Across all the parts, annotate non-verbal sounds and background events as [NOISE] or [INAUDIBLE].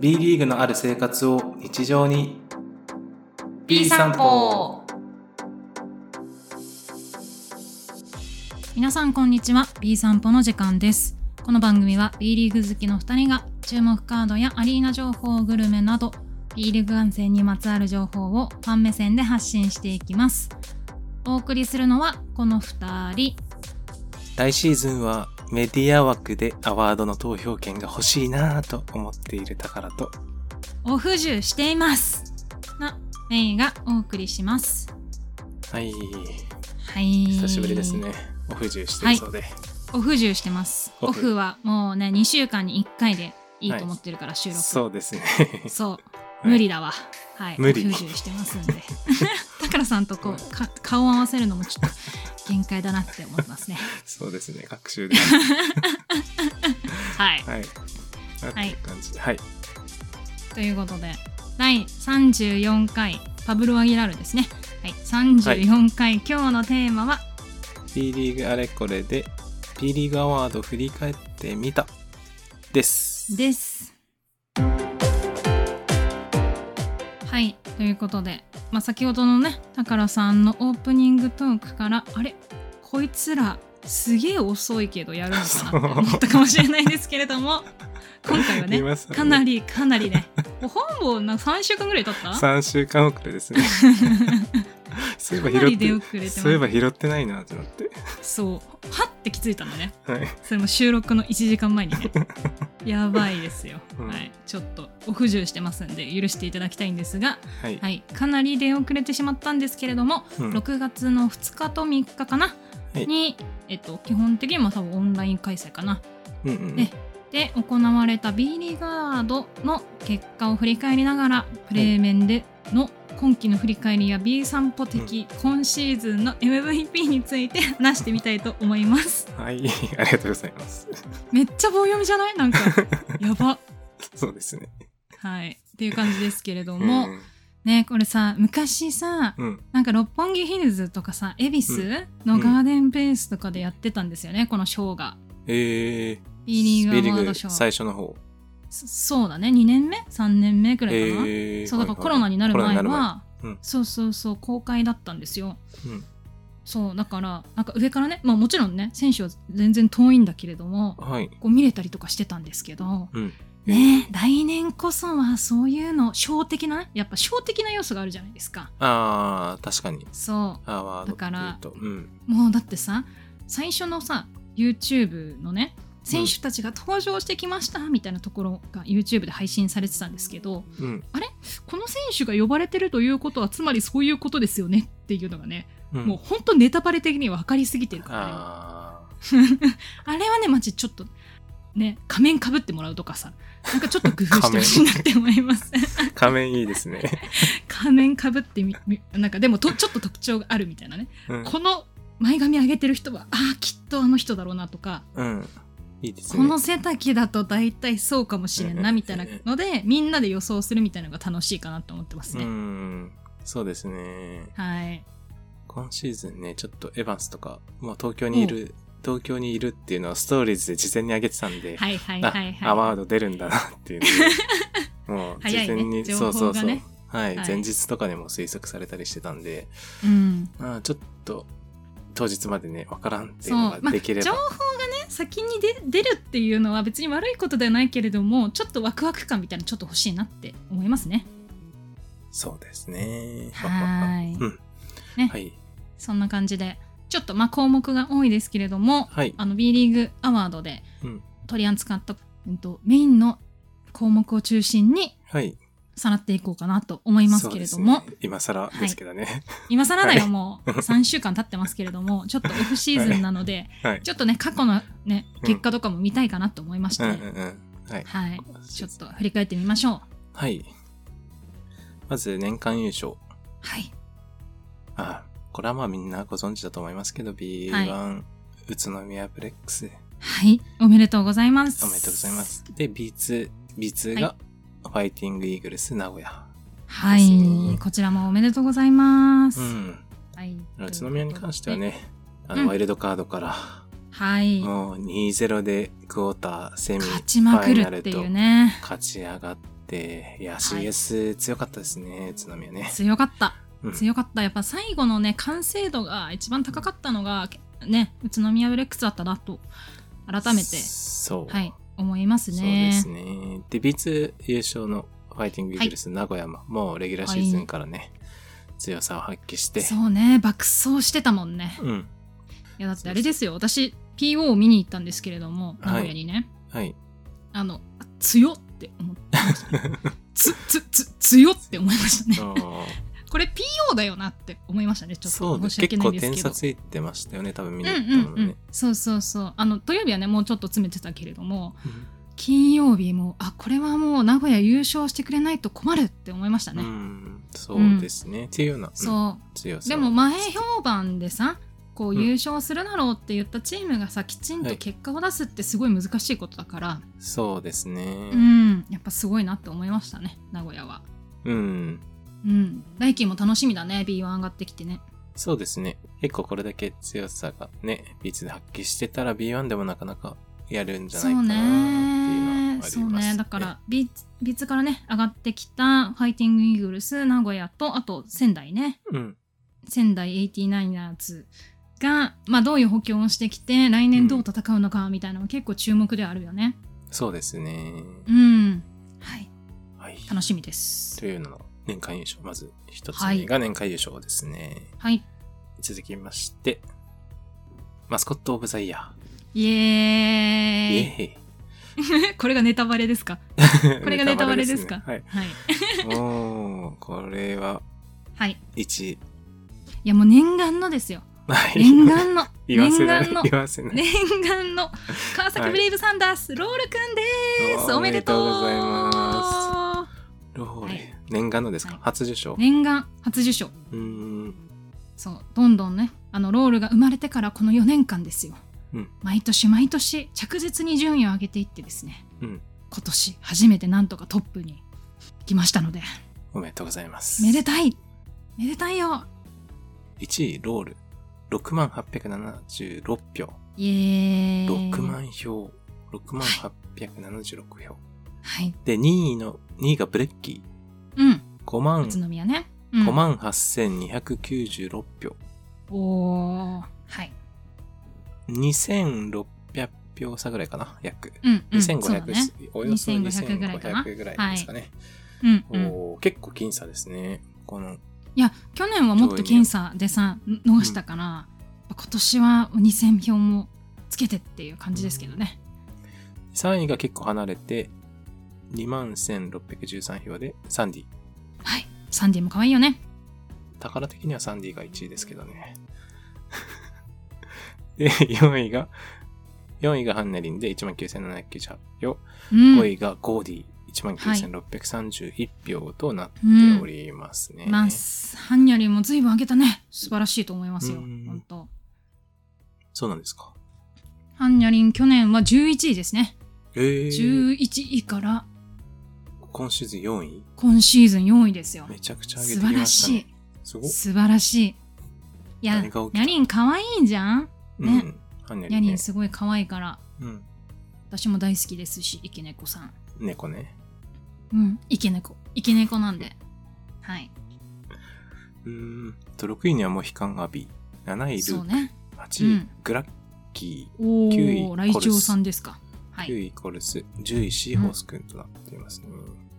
B リーグのある生活を日常に B 散歩皆さんこんにちは B 散歩の時間ですこの番組は B リーグ好きの2人が注目カードやアリーナ情報グルメなど B リーグ観戦にまつわる情報をファン目線で発信していきますお送りするのはこの2人来シーズンはメディア枠でアワードの投票権が欲しいなぁと思っている宝とお不自由していますなメイがお送りしますはいはい久しぶりですねお不自由してるそう [LAUGHS] で、オフ中してますオオフフはもうね2週間に1回でいいと思ってるから収録、そうですね [LAUGHS] そうい無理だわはい無理オフ中してますんで [LAUGHS] 宝さんとこうか顔を合わせるのもちょっと限界だなって思ってますねそうですね学習ですはいはいははいい感じではいということで第34回パブロ・アギラルですねはい34回、今日のテーマは B リーグあれこれで B リーグアワード振り返ってみたですです。はい、ということで、まあ、先ほどのね、宝さんのオープニングトークから、あれ、こいつら、すげえ遅いけどやるのかなって思ったかもしれないですけれど [LAUGHS] も、今回は言いね、ますよねかなりかなりね、もう本坊な3週間ぐらい経った3週間遅れですねそういえばかな拾り出っ遅れててますそういえば拾ってないなってなってそう、はって気づいたんだね。はいそれも収録の1時間前 [LAUGHS] にねやばいですよ、うんはいちょっとお不自由してますんで許していただきたいんですが、はい、はい、かなり出遅れてしまったんですけれども、うん6月の2日と3日かな、はいに、えっと、基本的には多分オンライン開催かなうんうんねで行われた B リーガードの結果を振り返りながらプレー面での今季の振り返りや B 散歩的今シーズンの MVP について [LAUGHS] 話してみたいと思います。 [LAUGHS] はい、ありがとうございます。めっちゃ棒読みじゃない [LAUGHS] なんかやばそうですね。はいっていう感じですけれども、うんねこれさ昔さうん、なんか六本木ヒルズとかさ恵比寿のガーデンベースとかでやってたんですよね、このショーがえー、 B リービグアワーグドショー最初の方。そそうだね2年目3年目くらえいかな、ー、そうだからコいロいナになる前コロナになは、前うんそうそうそう公開だったんですよいうんそうだからなんか上からねまあもちろんね選手は全然遠いんだけれどもはい。こう見れたりとかしてたんですけど、うん。ねえ来年こそはそういうの小的なねやっぱ小的な要素があるじゃないですかああ、確かに。そアワードっていうと。うん。うもうだってさ最初のさ YouTube のね選手たちが登場してきましたみたいなところが YouTube で配信されてたんですけどうん。この選手が呼ばれてるということはつまりそういうことですよねっていうのがね、うん、もうほんとネタバレ的に分かりすぎてるからね、ああれはね、マジちょっと、ね、仮面かぶってもらうとかさ、なんかちょっと工夫してほしいなって思い [LAUGHS] ます。あ、仮面いいです [LAUGHS] ね。仮面かぶってみ、みなんかでもとちょっと特徴があるみたいなね。うん。この前髪上げてる人は、ああ、きっとあの人だろうなとか、うん、いいですこね。の背丈だと大体そうかもしれんなみたいなので、みんなで予想するみたいなのが楽しいかなと思ってますうね。ん。そうですね。はい。今シーズンね、ちょっとエヴァンスとか、もう東京にいる、東京にいるっていうのはストーリーズで事前に上げてたんで、はいはいあはいアワーはド出るんだなって [LAUGHS] いうのでもう事早いね前に、情そう報そうがそう、ねはいはい前日とかでも推測されたりしてたんで、い。うん。まあ、ちょっと当日までねわからんっていそうのう、ができれば、情報がね先に出出るっていうのは別に悪いことではないけれどもちょっとワクワク感みたいなのちょっと欲しいなって思いますねそうですねはい [LAUGHS] うんねはいそんな感じでちょっとまあ項目が多いですけれどもはいあの B リーグアワードでうん取り扱った、うんと、メインの項目を中心にはいさらっていこうかなと思いますけれども、そうですね、今更ですけどね、今更だはよいもう3週間経ってますけれども [LAUGHS] ちょっとオフシーズンなので、はいちょっとね過去のね結果とかも見たいかなと思いまして、うんうんうんはいはいちょっと振り返ってみましょうはいまず年間優勝はいあこれはまあみんなご存知だと思いますけど B1、宇都宮ブレックスはい、おめでとうございます。おめでとうございま。す。で、B2、B2 がファイティングイーグルス名古屋。はですねい、こちらもおめでとうございます。うん。はい、宇都宮に関してはね、あうんの、ワイルドカードから、はい、もう2-0でクォーター、セミ、勝ちまくるっていうね。勝ち上がって、いや、はい CS 強かったですね、津波はね。強かったうん強かったやっぱ最後のね完成度が一番高かったのがけね宇都宮ブレックスだったなと改めてそう。はい思いますそうねですね。で、B2 優勝のファイティングイーグルス、名古屋も、もうレギュラーシーズンからね、強さを発揮して、そうね爆走してたもんねうん。いやだってあれですよ私 PO を見に行ったんですけれども名古屋にね、 [LAUGHS] はい。あのあ強って思ってま [LAUGHS] したねつつつ強って思いましたねあーこれ PO だよなって思いましたねちょっそうとです申し訳結ない構んです点けど差ついてましたよね、多分みんなう行んったのうんうもねん。そうそうそうあの土曜日はねもうちょっと詰めてたけれども金曜日もあこれはもう名古屋優勝してくれないと困るって思いましたうね、ん、そうですね。っていうような、うんそ強うさ。でも前評判でさこううん優勝するだろうって言ったチームがさきちんはとい結果を出すってすごい難しいことだから、そうですねう。んやっぱすごいなって思いましたね名古屋はうん。うん来季も楽しみだね B1 上がってきてねそうですね。結構これだけ強さがね、B2 で発揮してたら B1 でもなかなかやるんじゃそないかうなっていうのはありねますそうねだからビーツからね上がってきたファイティングイーグルス名古屋とあと仙台ねうん。仙台 89ers が、まあ、どういう補強をしてきて来年どう戦うのかみたいなのが結構注目ではあるよね。そうですね。うん、はい、はい。楽しみですと。いうのの年間優勝。まず一つは目いが年間優勝ですね。はい、続きまして、マスコットオブザイヤイエー。ーイイエ [LAUGHS] これがネタバレですかーイ [LAUGHS] これがネタバレですかネタバレはい、ですねはい。もう、これははい、い1位。やもう念願のですよ [LAUGHS] はい [LAUGHS] 念願の言わ念せない願の。言わせない。念願の川崎ブレイブサンダース、ロールくんですおめでとうおめでとうございまローレ、はい念願のですか、はい初受賞、念願初受賞うーん。そうどんどんねあのロールが生まれてからこの4年間ですよ、うん毎年毎年着実に順位を上げていってですね、うん今年初めてなんとかトップに来ましたのでおめでとうございます。めでたいめでたいよ1位、ロール。6万876票。イエーイ6万票。6万876票。はいで、2位の、2位がブレッキうんー。5万、宇都宮ね、うん、 5万8296票。おーはい2600票差ぐらいかな、約。うん、うん、そう2500、だねおよそ2500ぐらいかな2500ぐらいですかね。うん、うん、おー結構僅差ですね。この、いや去年はもっと僅差でさ逃したから、今年は2000票もつけてっていう感じですけどね3位が結構離れて、21,613票で、サンディ。はいサンディも可愛いよね宝的にはサンディが1位ですけどね。 [LAUGHS] で、4位が、4位がハンネリンで19,798票、うん5位がゴーディ19,631票となっておりますね。まあ、ハンニャリーも随分上げたね。素晴らしいと思いますよ。うん本当。そうなんですか。ハンニャリン去年は11位ですね。えー、 11位から今シーズン4位今シーズン4位ですよ。めちゃくちゃ上げて素き晴まらしたしねい。。すごっ素晴らしい。いや、ニ何が起きたャリン可愛いじゃん。うねん。ハンネニリャン、リねン。すごい可愛いから、うん。私も大好きですし、イケネコさん。猫ね。うん、イケネコ。イケネコなんで。はい。うーんと、6位にはモヒカンアビ。7位ルそーうク。ね。 8う位、んグラッキー。9おー、位ライチョウさんですか。はい。 9位コルス、10位シーホースくんとなっていますね。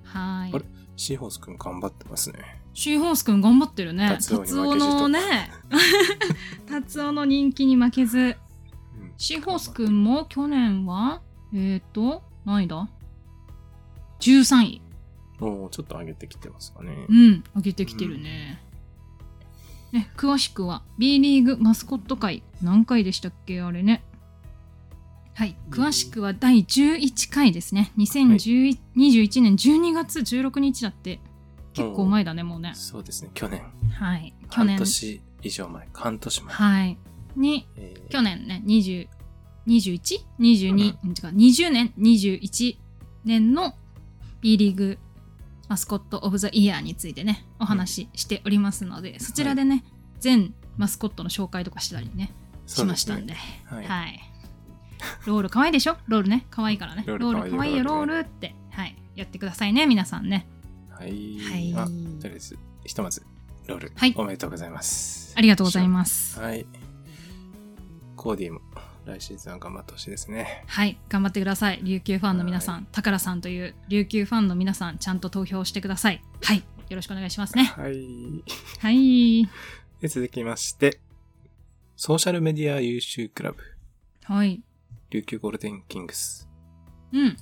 はあいれ。シーホースくん頑張ってますね。シーホースくん頑張ってるね。達達夫に負けじと夫のね、 [LAUGHS] 達夫の人気に負けず。うんシーホースくんも去年は、えっ、ー、と、何位だ ?13 位。もうちょっと上げてきてますかねう。ん、上げてきてるね。ね、詳しくは B リーグマスコット会何回でしたっけあれねはい詳しくは第11回ですね2021、21年12月16日だって結構前だねもうねそうですね、去年。はい去半年年以上前。半年前。はい。に、えー去年ね、20 21?22? うん、違う、20年、21年の B リーグマスコット・オブ・ザ・イヤーについてね、お話ししておりますので、そちらでね、全マスコットの紹介とかしたりね、そしうでますしたんで。ね。はい。はい。ロール可愛いでしょロールね、可愛いからね。ロローール可愛いル可愛いよ、ロローールルって。はい。やってくださいね、皆さんね。はい。はいあとりあえず、ひとまず、ロール、はいおめでとうございます。ありがとうございます。はい。コーディも、来シーズンは頑張ってほしいですね。はい、頑張ってください。琉球ファンの皆さん、宝さんという琉球ファンの皆さん、ちゃんと投票してください。はい、よろしくお願いしますね。 [LAUGHS] はい。はい。で続きまして、ソーシャルメディア優秀クラブ、はい。琉球ゴールデンキングス。うん。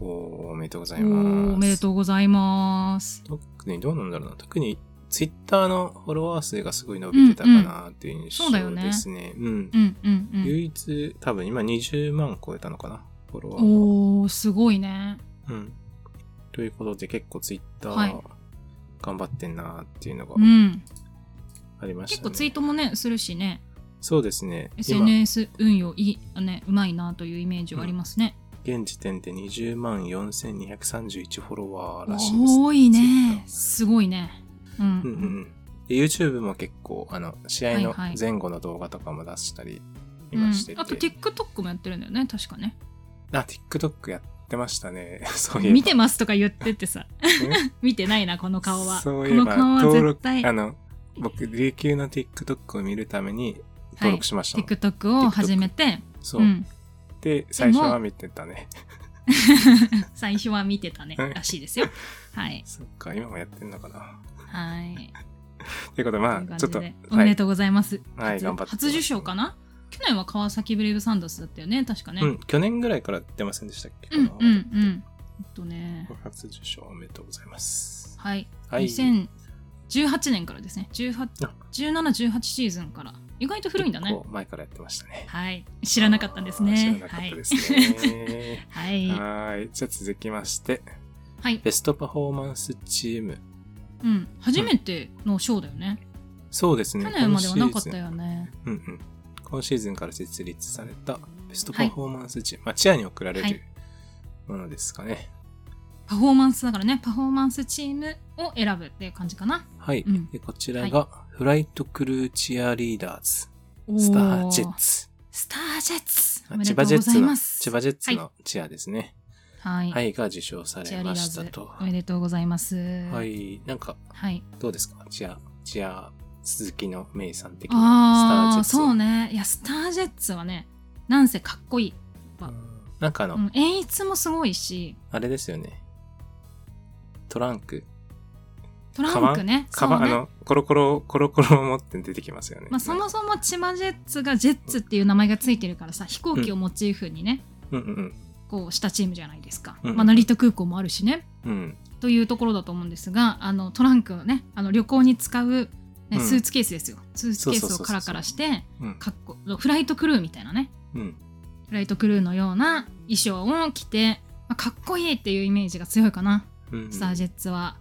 おーおめでとうございまおす。ーおめでとうございます。特にどうなんだろうな。特に、ツイッターのフォロワー数がすごい伸びてたかなっていう印うんうんそうだよ象ねですね。うん。うんうんうん。唯一、多分今20万超えたのかな、フォロワーが。おー、すごいね。うん。ということで結構ツイッタはーい頑張ってんなーっていうのがうん。ありました結ね。構ツイートもね、するしね、そうですね。今、 SNS 運用いい、あね、うまいなというイメージはありますね。現時点で20万4231フォロワーらしいです。多いね。すごいね。う。うんうんうんん。で YouTube も結構、あの、試合のはいはい前後の動画とかも出したりう今んしてて。あと TikTok もやってるんだよね、確かね。あ、TikTok やってましたね。 [LAUGHS] そういえば。見てますとか言ってってさ、見てないな、この顔は。そういこえのば、顔は登絶録、対あの、僕、琉球の TikTok を見るために登録しましたもん。 TikTok を始めて、そうう。ん。で、最初は見てたね。最初は見てたねはい、らしいですよ。はい。そっか、今もやってんのかな。はい。ということで、とまいうあ、感ちょじっと、でおめはでい。とうございます。はい初頑張って初受賞かな去年は川崎ブレイブサンダースだったよね、確かね。うん、去年ぐらいから出ませんでしたっけうん、うん、うん。えっとね、初受賞おめでとうございます。はい。はい。 2018年からですね。18あ17、18シーズンから。意外と古いんだね結。構前からやってましたね。はい。知らなかったんですね。知らなかったですね。はい。はい。はい。じゃあ続きまして、はい。ベストパフォーマンスチーム。うん。初めてのショーだよね。そうですね。去年まではなかったよ。よね。うんうん。今シーズンから設立されたベストパフォーマンスチーム。まあ、チアに贈られはるいものですかね。パフォーマンスだからね、パフォーマンスチームを選ぶっていう感じかな。はい。うんでこちらが、フライトクルーチアリーダーズ、おスタージェッツ。ツ。スタージェッツ。おあめ千葉でとうジェッござツいの、ます。千葉ジェッツのチアですね。はい。はい、が受賞さチれアリーまダしたーズと。おめでとうございます。は。はいい、なんか、どうですかチア、チア、鈴木のメイさん的なあスターあ、ジェッツを。そうね。いや、スタージェッツはね、なんせかっこいい。うんなんかあの、うん、演出もすごいし、あれですよね。トランク。トランクね。カバン、そうあねの、コロコロ、コロコロを持って出てきますよね。まあ、そもそもチマジェッツがジェッツっていう名前がついてるからさ飛行機をモチーフにね、うんうんこうしたチームじゃないですか、うんまあ、成田空港もあるしねうん。うん。というところだと思うんですがあのトランクをねあの旅行に使う、うんね、スーツケースですよ、スーツケーそうそうそうスそをうカラカラしてうん。かっこフライトクルーみたいなねうん。フライトクルーのような衣装を着て、まあ、かっこいいっていうイメージが強いかな、うん。スタージェッツは。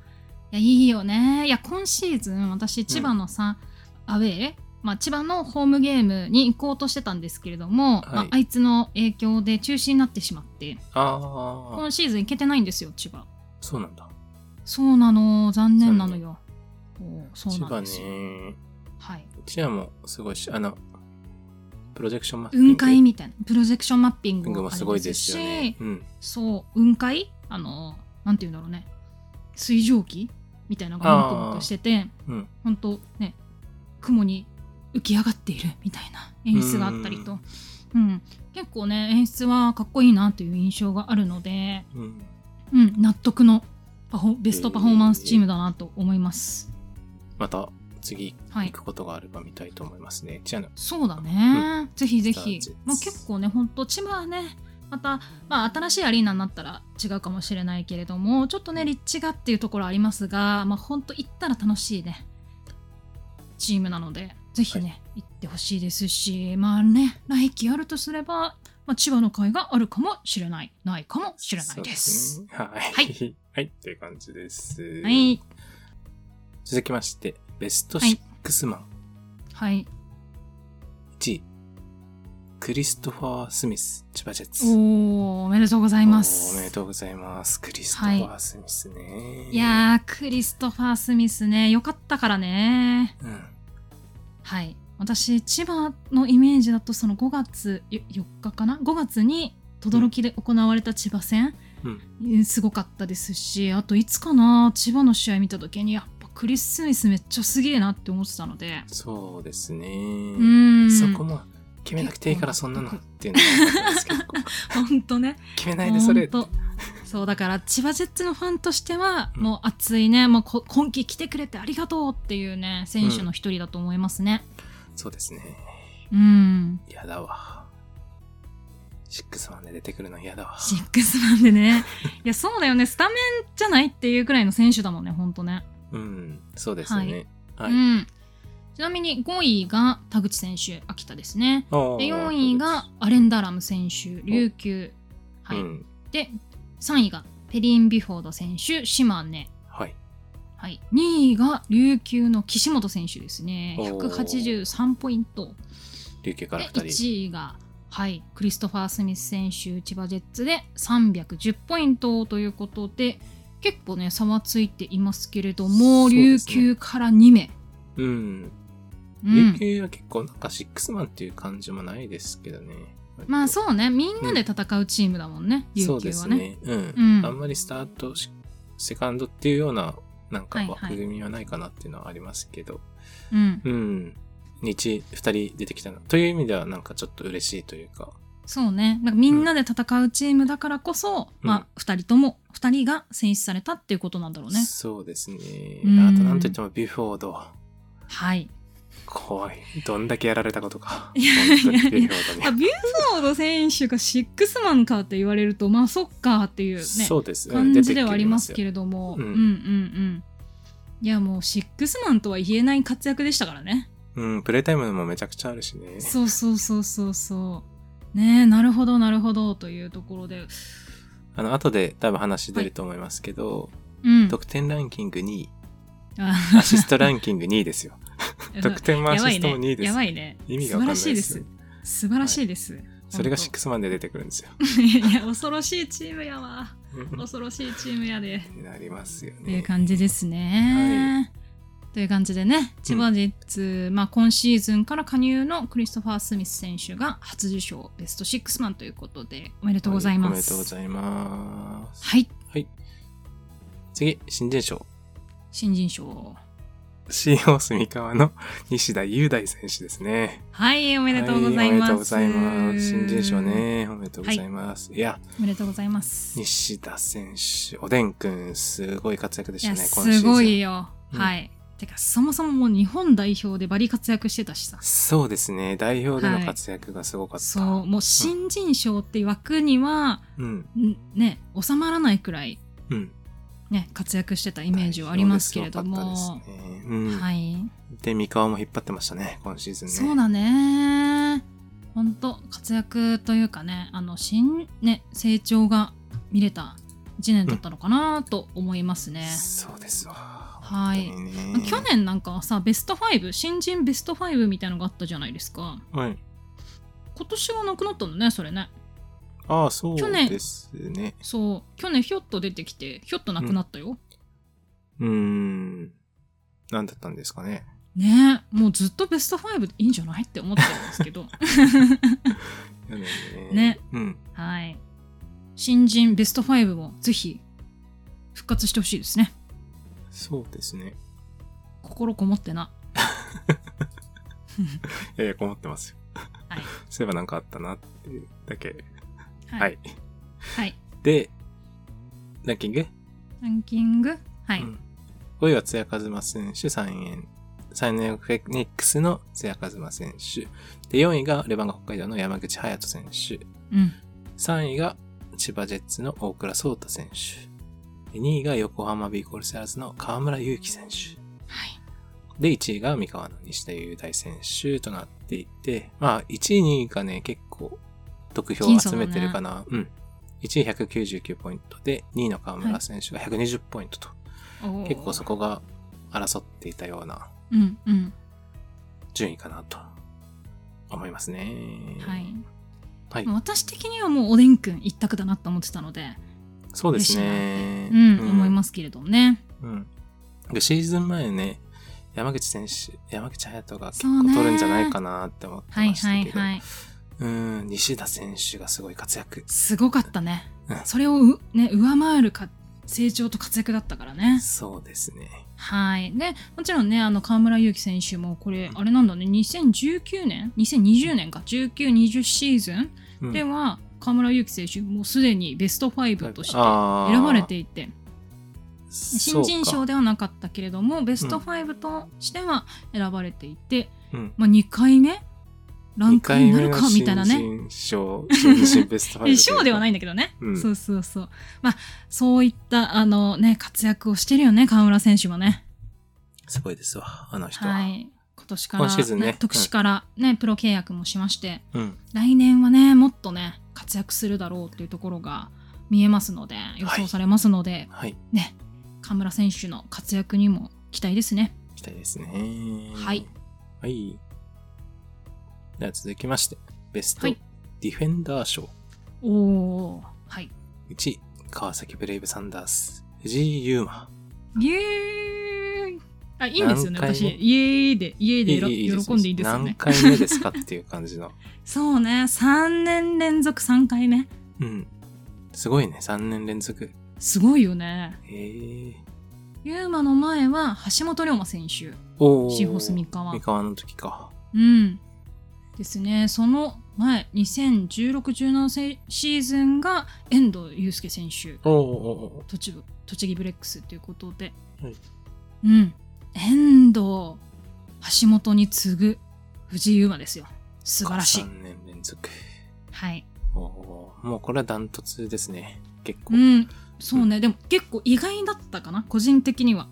いやいいよねいや今シーズン私千葉のさ、アウェーまあ、千葉のホームゲームに行こうとしてたんですけれどはいも、まあ、あいつの影響で中止になってしまってああ、今シーズン行けてないんですよ千葉そうなんだ。そうなの残念なのよおそう千な葉んですよ、ね。はい、チアもすごいし、あの、プロジェクションマッピング。雲海みたいなプロジェクションマッピピンンググももあすりごまいですすよしね。うん。そう雲海あのなんて言うんだろうね水蒸気みたいなのがもくもくしててうん。本当ね雲に浮き上がっているみたいな演出があったりと、うん、結構ね演出はかっこいいなという印象があるので、うん。うん、納得のパフォベストパフォーマンスチームだなと思います。また次は行いくことがあれば見たいと思いますね。チアの。そうだね、ぜひぜスターひジェッツ、まあ、結構ね本当千葉はねまた、まあ、新しいアリーナになったら違うかもしれないけれどもちょっとね立地がっていうところありますが、まあ、本当行ったら楽しいねチームなのでぜひね、行ってほしいですしまあね来季あるとすれば、まあ、千葉の会があるかもしれないないかもしれないです。そうねはい。は。はいはい。という感じです。はい、続きまして、ベストはい6マンはい、 1位、クリストファー・スミス、千葉ジェッツ。おーおめでとうございます。おめでとうございます。クリストファー・スミスね。いやークリストファー・スミスねよかったからねうん。はい私千葉のイメージだとその5月よ4日かな5月に等々力で行われた千葉戦うん。うんすごかったですしあといつかな千葉の試合見た時にやっぱクリス・スミスめっちゃすげえなって思ってたのでそうですうね。ーんそこも決めなくていいからそんなのっていうのがあったんですけど、本当ね決めないでそれ。ほんとそうだから千葉ジェッツのファンとしては、うんもう熱いねもうこ今季来てくれてありがとうっていうね選手の一人だと思いますねそうですね。うん嫌だわ。シックスマンで出てくるの嫌だわ。シックスマン [LAUGHS] でねいやそうだよねスタメンじゃないっていうくらいの選手だもんねほんとね、うん、そうですよね。はい。うんちなみに5位が田口選手秋田ですねおーで4位が、アレンダラム選手琉球、はいうん。で3位がペリン・ビフォード選手島根はい。はい、2位が琉球の岸本選手ですねおー183ポイント琉球からで2人。 1位が、はい、クリストファー・スミス選手千葉ジェッツで310ポイントということで結構ね差はついていますけれども、そうで琉すね球から2名、うん。うん琉球は結構なんかシックスマンっていう感じもないですけどね。まあそうねみんなで戦うチームだもんね、そ琉う球ですはねね。うん。うんあんまりスタートし、セカンドっていうような、なんかはいはい枠組みはないかなっていうのはありますけど。うんうん。日、二人出てきたの。という意味ではなんかちょっと嬉しいというか。そうねなんかみんなで戦うチームだからこそ、うんまあ2人とも2人が選出されたっていうことなんだろうね、そうですね。うんあとなんといってもビュフォード。はい怖い。どんだけやられたことか。 [LAUGHS] いやいやいや本当にビュフォードあに。ビュフォード選手がシックスマンかって言われるとまあそっかっていうねそうです。うん感じではあります出てけきてれども、うんうん、うんうんいやもうシックスマンとは言えない活躍でしたからねますようん、プレイタイムもめちゃくちゃあるしね。そうそうそうそうそうねえなるほどなるほどというところであの、後で多分話出ると思いますけど、うん得点ランキング2位、あアシストランキング2位ですよ。得点もア [LAUGHS] やばシいストも2位ねです。やばいね意味が素わかんな晴らいしいでですす。素晴らしいです、それがシッククスマンで出てくるんですよ。ス [LAUGHS] いや恐ろしいチームやわ恐ろしいチームやでになりますよっていうね。感じですね。という感じでね、千葉ジェッツ、まあ、今シーズンから加入のクリストファー・スミス選手が初受賞ベスト6マンということでおめでとうございます。おめでとうございます。はい、次、新人賞。新人賞。新大隅川の西田雄大選手ですね。はい、おおめでとうございます。おめでとうございます。新人賞。ね。おめでとうございます。い、や、おめでとうございます。い西田選手、おでんくん、すごい活躍でしたや、ね、今シーズン。すごいよ。うんはい。てか、そもそももう日本代表でバリ活躍してたしさ。そうですね。代表での活躍がすごかった。そう、もう新人賞っていう枠には、うん。んね、収まらないくらいうん。ね、活躍してたイメージはありますけれど代表ですもごかっ、たですねうんはい、で、三河も引っ張ってましたね、今シーズンね。そうだね本当活躍というかねあの新ね成長が見れた1年だったのかなと思いますね、そうですわ。は本い当にね去年なんかさベスト5新人ベスト5みたいのがあったじゃないですかはい。今年はなくなったのねそれねああ、そう去年ですね。そう去年ひょっと出てきてひょっとなくなったよ、うーん。何だったんですかね。ねもうずっとベスト5でいいんじゃないって思ってるんですけど去年ね。ねうん。はい。新人ベスト5もぜひ復活してほしいですね。そうですね。心こもってな。ええ、こもってますよ。はい。 [LAUGHS] そういえばなんかあったなっていうだけ。は。はいい。はいで、ランキングランキングはい。うん5位は津谷一馬選手3円。サイネフェニックスの津谷一馬選手。で、4位がレバンガ北海道の山口隼人選手。うん。 3位が千葉ジェッツの大倉壮太選手。2位が横浜ビーコルセアーズの河村勇輝選手。はい。で、1位が三河の西田雄大選手となっていて、まあ、1位、2位がね、結構、得票を集めてるかな。うん。1位199ポイントで、2位の河村選手が120ポイントと、おー結構そこが争っていたようなうんうん。順位かなと思いますね。はい。はい。もう私的にはもうおでんくん一択だなと思ってたので、そうですね。うん、思いますけれどもね。うん。でシーズン前ね、山口選手、山口隼人が結そう構ね取るんじゃないかなって思ってはいましたはいけど、はい。うん、西田選手がすごい活躍。すごかったねうん。それをう、ね、上回るか成長と活躍だったからね。そうですね。はい。で、もちろんね、あの、河村勇輝選手も、これ、あれなんだね、2019年 ?2020 年か。19、20シーズンうんでは、河村勇輝選手、もうすでにベスト5としてあー選ばれていて、そう新か人賞ではなかったけれども、ベスト5としては選ばれていて、うんまあ、2回目ラン二クイン回にな目るのかみたいなね。新人賞、新人ベストえ5。。[LAUGHS] 賞ではないいんだけどね、うんそうそうそうまあそういったあのね活躍をしてるよね河村選手もねすごいですわ、あの人は。はい今年から、今シーズンねうん特殊からね、プロ契約もしましてうん。来年はねもっとね活躍するだろうっていうところが見えますので予想されますので、はい。ね河村選手の活躍にも期待ですね期待ですね。はい。はい。では続きまして、ベストはいディフェンダー賞。おおーはい1位、川崎ブレイブサンダース、藤井優馬。イエーイあいいんですよね何回も私イエーイでイエーイでろす喜んでいいですよね何回目ですかっていう感じの。そうね3年連続3回目うん。すごいね、3年連続。すごいよねへえ。ユーマの前は橋本龍馬選手おーシーホース三河三河の時か。うんですねその前201617シーズンが遠藤祐介選手おーお栃木栃木ブレックスということで、はいうん遠藤橋本に次ぐ藤井優馬ですよ素晴らしい3年連続。はいおおーもうこれはダントツですね。結構。ううん。んそうね、でも結構意外だったかな個人的には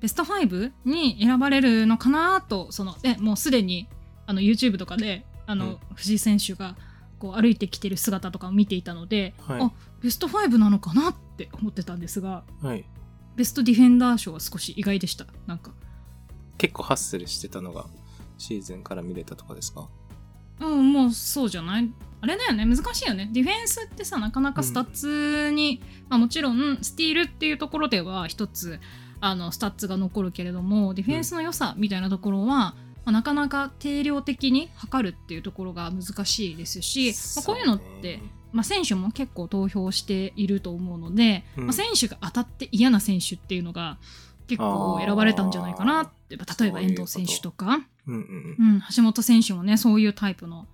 ベスト5に選ばれるのかなとそのえもうすでにあの YouTube とかであの、うん藤井選手がこう歩いてきてる姿とかを見ていたので、はいあベスト5なのかなって思ってたんですがはい。ベストディフェンダー賞は少し意外でしたなんか結構ハッスルしてたのが、シーズンから見れたとかですかうんもうそうじゃないあれだよね難しいよねディフェンスってさなかなかスタッツに、まあ、もちろんスティールっていうところでは一つあのスタッツが残るけれどもディフェンスの良さみたいなところは、まあなかなか定量的に測るっていうところが難しいですし、まあ、こういうのっそてね、まあ、選手も結構投票していると思うので、うんまあ、選手が当たって嫌な選手っていうのが結構選ばれたんじゃないかなってまあ例えば遠藤選手とか。うんうんう。ん、橋本選手もねそういうタイプの、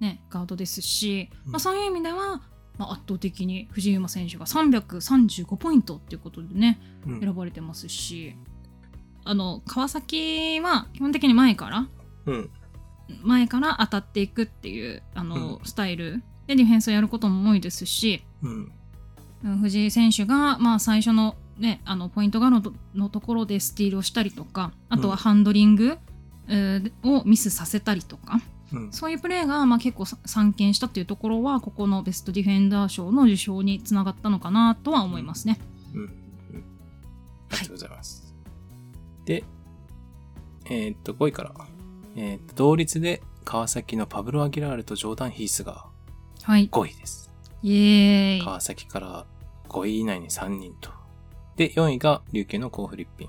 ね、ガードですし、うんまあ、そういう意味では、まあ、圧倒的に藤井優馬選手が335ポイントっていうことでねうん選ばれてますしあの川崎は基本的に前からうん。前から当たっていくっていうあの、うスタイルでディフェンスをやることも多いですし、うん。うん藤井選手が、まあ、最初の,、ね、あのポイントガードのところでスティールをしたりとかあとうんはハンドリング、うんをミスさせたりとか。うん。そういうプレーがまあ結構さ散見したっていうところはここのベストディフェンダー賞の受賞につながったのかなとは思いますね。うんうんありがとうございます。で、えーっと、5位から。えーっと、同率で川崎のパブロ・アギラールとジョーダン・ヒースがはい。 5位です。イエーイ。川崎から5位以内に3人と。で、4位が琉球のコー・フリッピン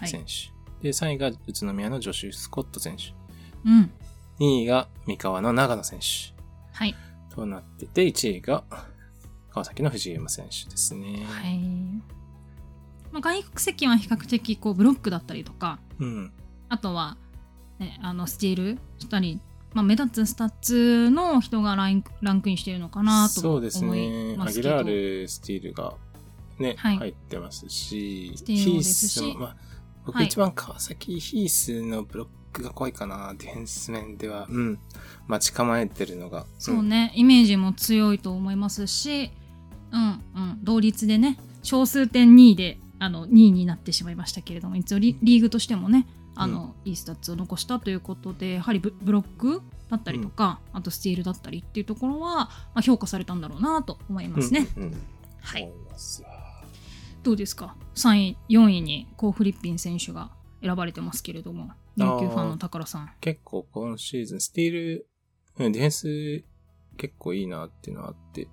は選い。手。で、3位が宇都宮のジョシュ・スコット選手。うん。 2位が三河の長野選手はい。となってて、1位が川崎の藤井山選手ですね。はい。まあ、外国籍は比較的こうブロックだったりとか、うん。あとは、ね、あのスチールしたり、まあ、目立つスタッツの人がラインランクインしているのかなとそう思いでますすけど。ね。アギラール、スティールがね、はい入ってますし、スティールもヒーでスすしも、まあ、僕はい一番川崎ヒースのブロックが怖いかな、ディフェンス面では。うん。待ち構えてるのが。そうね、イメージも強いと思いますし、うんうん、同率でね、少数点2位であの2位になってしまいましたけれども、一応リリーグとしてもね、あのいいスタッツを残したということで、やはりブブロックだったりとか、あとスティールだったりっていうところは、まあ、評価されたんだろうなと思いうん。ますね。うんうんは思い、いますわどうですか ?3 位、4位にコー・フリッピン選手が選ばれてますけれども、琉球ファンの宝さん。結構今シーズン、スティール、うんディフェンス結構いいなっていうのはあって、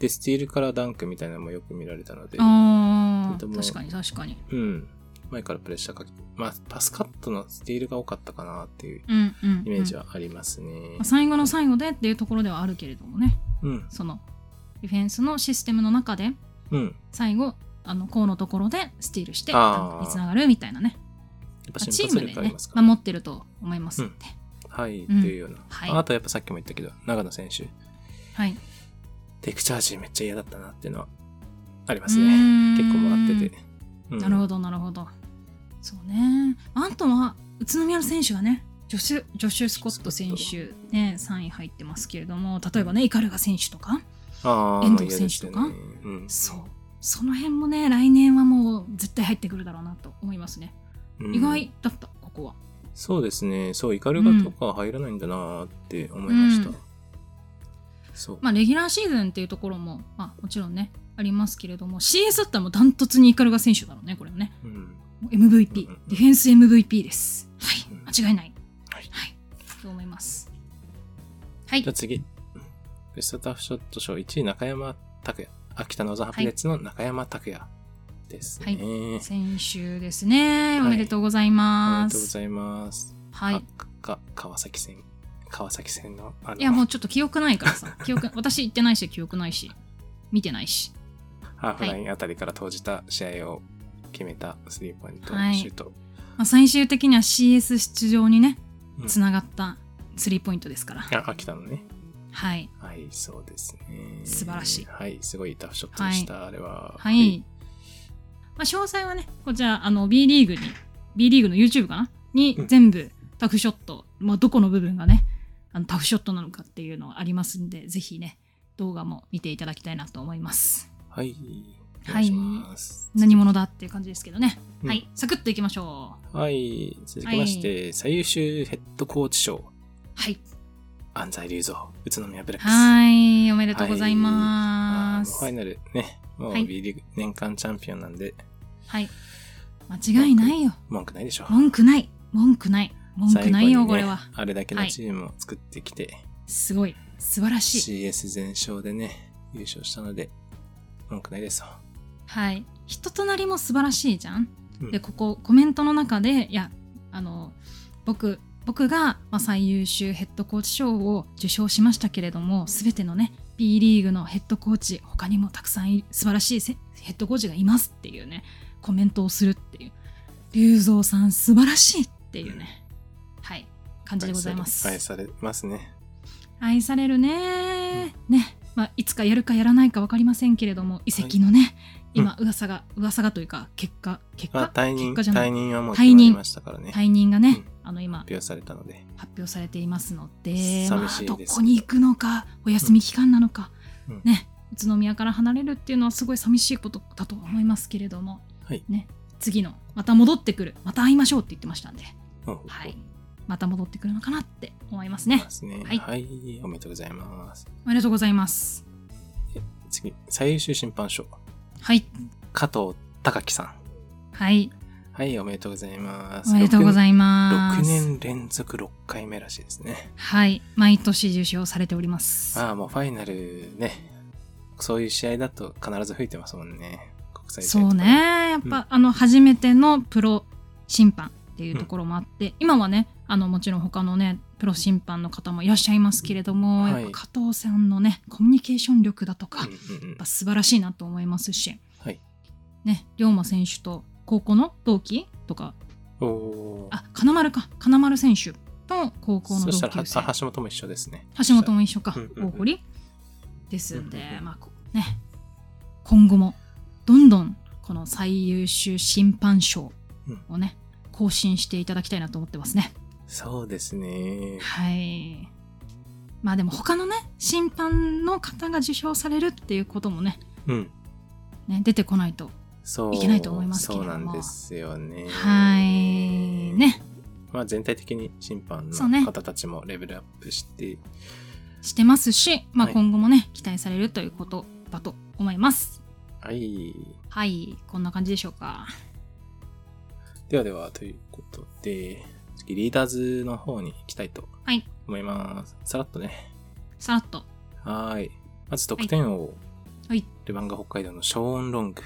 で、スティールからダンクみたいなのもよく見られたので、あとてーも確かに確かに。うん。前からプレッシャーかけ、まあ、パスカットのスティールが多かったかなっていううんうんうんイメージはありますねまあ。最後の最後でっていうところではあるけれどもねうん、そのディフェンスのシステムの中でうん。や最後あのコーのところでスティールしてあーダンクにつながるみたいなっねぱまあ瞬チー発ムで力ありねますから、守ってると思いますので、はい、んっていうような、はいあとやっぱさっきも言ったけど、長野選手、はい、うテクチャージめっちゃ嫌だったなっていうのはありますーね。ん結構もらってて。うんなるほどなるほどそうねあとは宇都宮の選手がねジョシュジョシュ・スコット選手、ね、3位入ってますけれども例えばねイカルガ選手とかあー遠藤選手とかまあ嫌ですよねうんそうその辺もね来年はもう絶対入ってくるだろうなと思いますねうん意外だったここはそうですね。そう、イカルガとか入らないんだなーって思いました。うんそう。まあレギュラーシーズンっていうところも、まあ、もちろんねありますけれども CS だったらもうダントツにイカルガ選手だろうねこれはねうんもう MVP うんうんうんディフェンス MVP ですはいうん間違いないはいはいと思いますはいじゃあ次。ベストタフショット賞1位、中山拓也。秋田ノーザンハピネッツの中山拓也ですね。はいありが先週ですね、はいおめでとうございまとうごすざいます。はい、い、あか川崎戦。川崎戦の、あの、やもうちょっと記憶ないからさ記憶私行ってないし記憶ないし見てないしハーフラインあたりから投じた試合を決めたスリーポイントシはいュート。まあ、最終的には CS 出場にねうんつながったスリーポイントですから、あ、秋田のね。はいはい、そうですね。素晴らしいはい、すごいタフショットでした、あれは。はい、まあ、詳細はねこちらあの B リーグに B リーグの YouTube かなにうん全部タフショット、まあ、どこの部分がねあのタフショットなのかっていうのがありますんでぜひね動画も見ていただきたいなと思いますはい。おは願いいします。何者だっていう感じですけどね、うんはいサクッといきましょうはい。続きまして、最優秀ヘッドコーチ賞、はい安西隆三、宇都宮ブレックス。あはいおめでとうございまーすファイナルね、もうはい B リーグ年間チャンピオンなんで、はい間違いないよ文句ないでしょう。文句ない文句ない文句ない最よ、後にねこれはあれだけのチームを作ってきて、すごい素晴らしい CS 全勝でね、優勝したので、文句ないですよ。はい人となりも素晴らしいじゃん、うんでここコメントの中でいやあの僕僕が、まあ、最優秀ヘッドコーチ賞を受賞しましたけれども全てのね B リーグのヘッドコーチ他にもたくさんい素晴らしいせヘッドコーチがいますっていうねコメントをするっていう龍造さん素晴らしいっていうね、はい感じでございます愛され愛されますね。愛されるねね、まあ、いつかやるかやらないか分かりませんけれども移籍のね、今噂が噂がというか結果結まあ果、退任、結果じゃない退任はもう退決任まりましたからね。退任がね、うあの今発表されたので。発表されていますので寂しいですけどまあ、どこに行くのかお休み期間なのか、うんね宇都宮から離れるっていうのはすごい寂しいことだとは思いますけれども、はいね、次のまた戻ってくるまた会いましょうって言ってましたんで、うんはい、また戻ってくるのかなって思いますいねますね。はいはい、おめでとうございます。おめでとうございます次、最優秀審判賞、はい加藤隆樹さん。はいはい、おめでとうございます。おめでとうございます。 6年連続6回目らしいですね。はい。毎年受賞されております。ああ、もうファイナルね、そういう試合だと必ず吹いてますもんね。国際試合そとうかね。。やっぱ、あの、初めてのプロ審判っていうところもあって、今はね、あの、もちろん他のね、プロ審判の方もいらっしゃいますけれども、はいやっぱ加藤さんのね、コミュニケーション力だとうか、やっんうんうんぱ素晴らしいなと思いますし、はい。ね、龍馬選手と高校の同期とか、おお。あ、金丸か、金丸選手と高校のそ同したら級生。は、あ橋本も一緒ですね。橋本も一緒か、うんうんうん大堀ですんで、うんうんうんまあこね、今後もどんどんこの最優秀審判賞をね、更新していただきたいなと思ってますね。そうですね。はい。まあでも他のね、審判の方が受賞されるっていうこともね、うん。ね出てこないと。そう。いけないと思いますけれどもそうなんですよね。はい。。ね、まあ全体的に審判そうねの方たちもレベルアップして、してますし、まあはい今後もね、期待されるということだと思います。はい。はい、こんな感じでしょうか。ではでは、ということで、次リーダーズの方に行きたいとはい思います。さらっとね。さらっと。はーい。まず得点王、はい。ルヴァンガ北海道のショーン・ロング。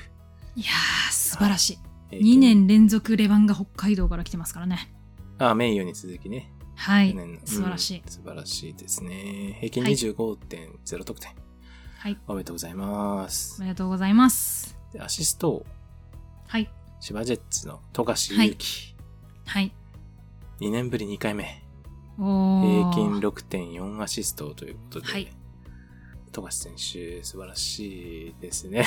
いやー、素晴らしい。平均2年連続レバンが北海道から来てますからね。あ、名誉に続きね。は去い。年の素晴らしいうん素晴らしいですね。平均はい25.0得点。はい。おめでとうございまおす。めでとうございます。でアシストを、はい。千葉ジェッツの富樫勇樹、はい。 2年ぶり2回目。お平ー均6.4アシストということで、はい富樫選手、素晴らしいですね。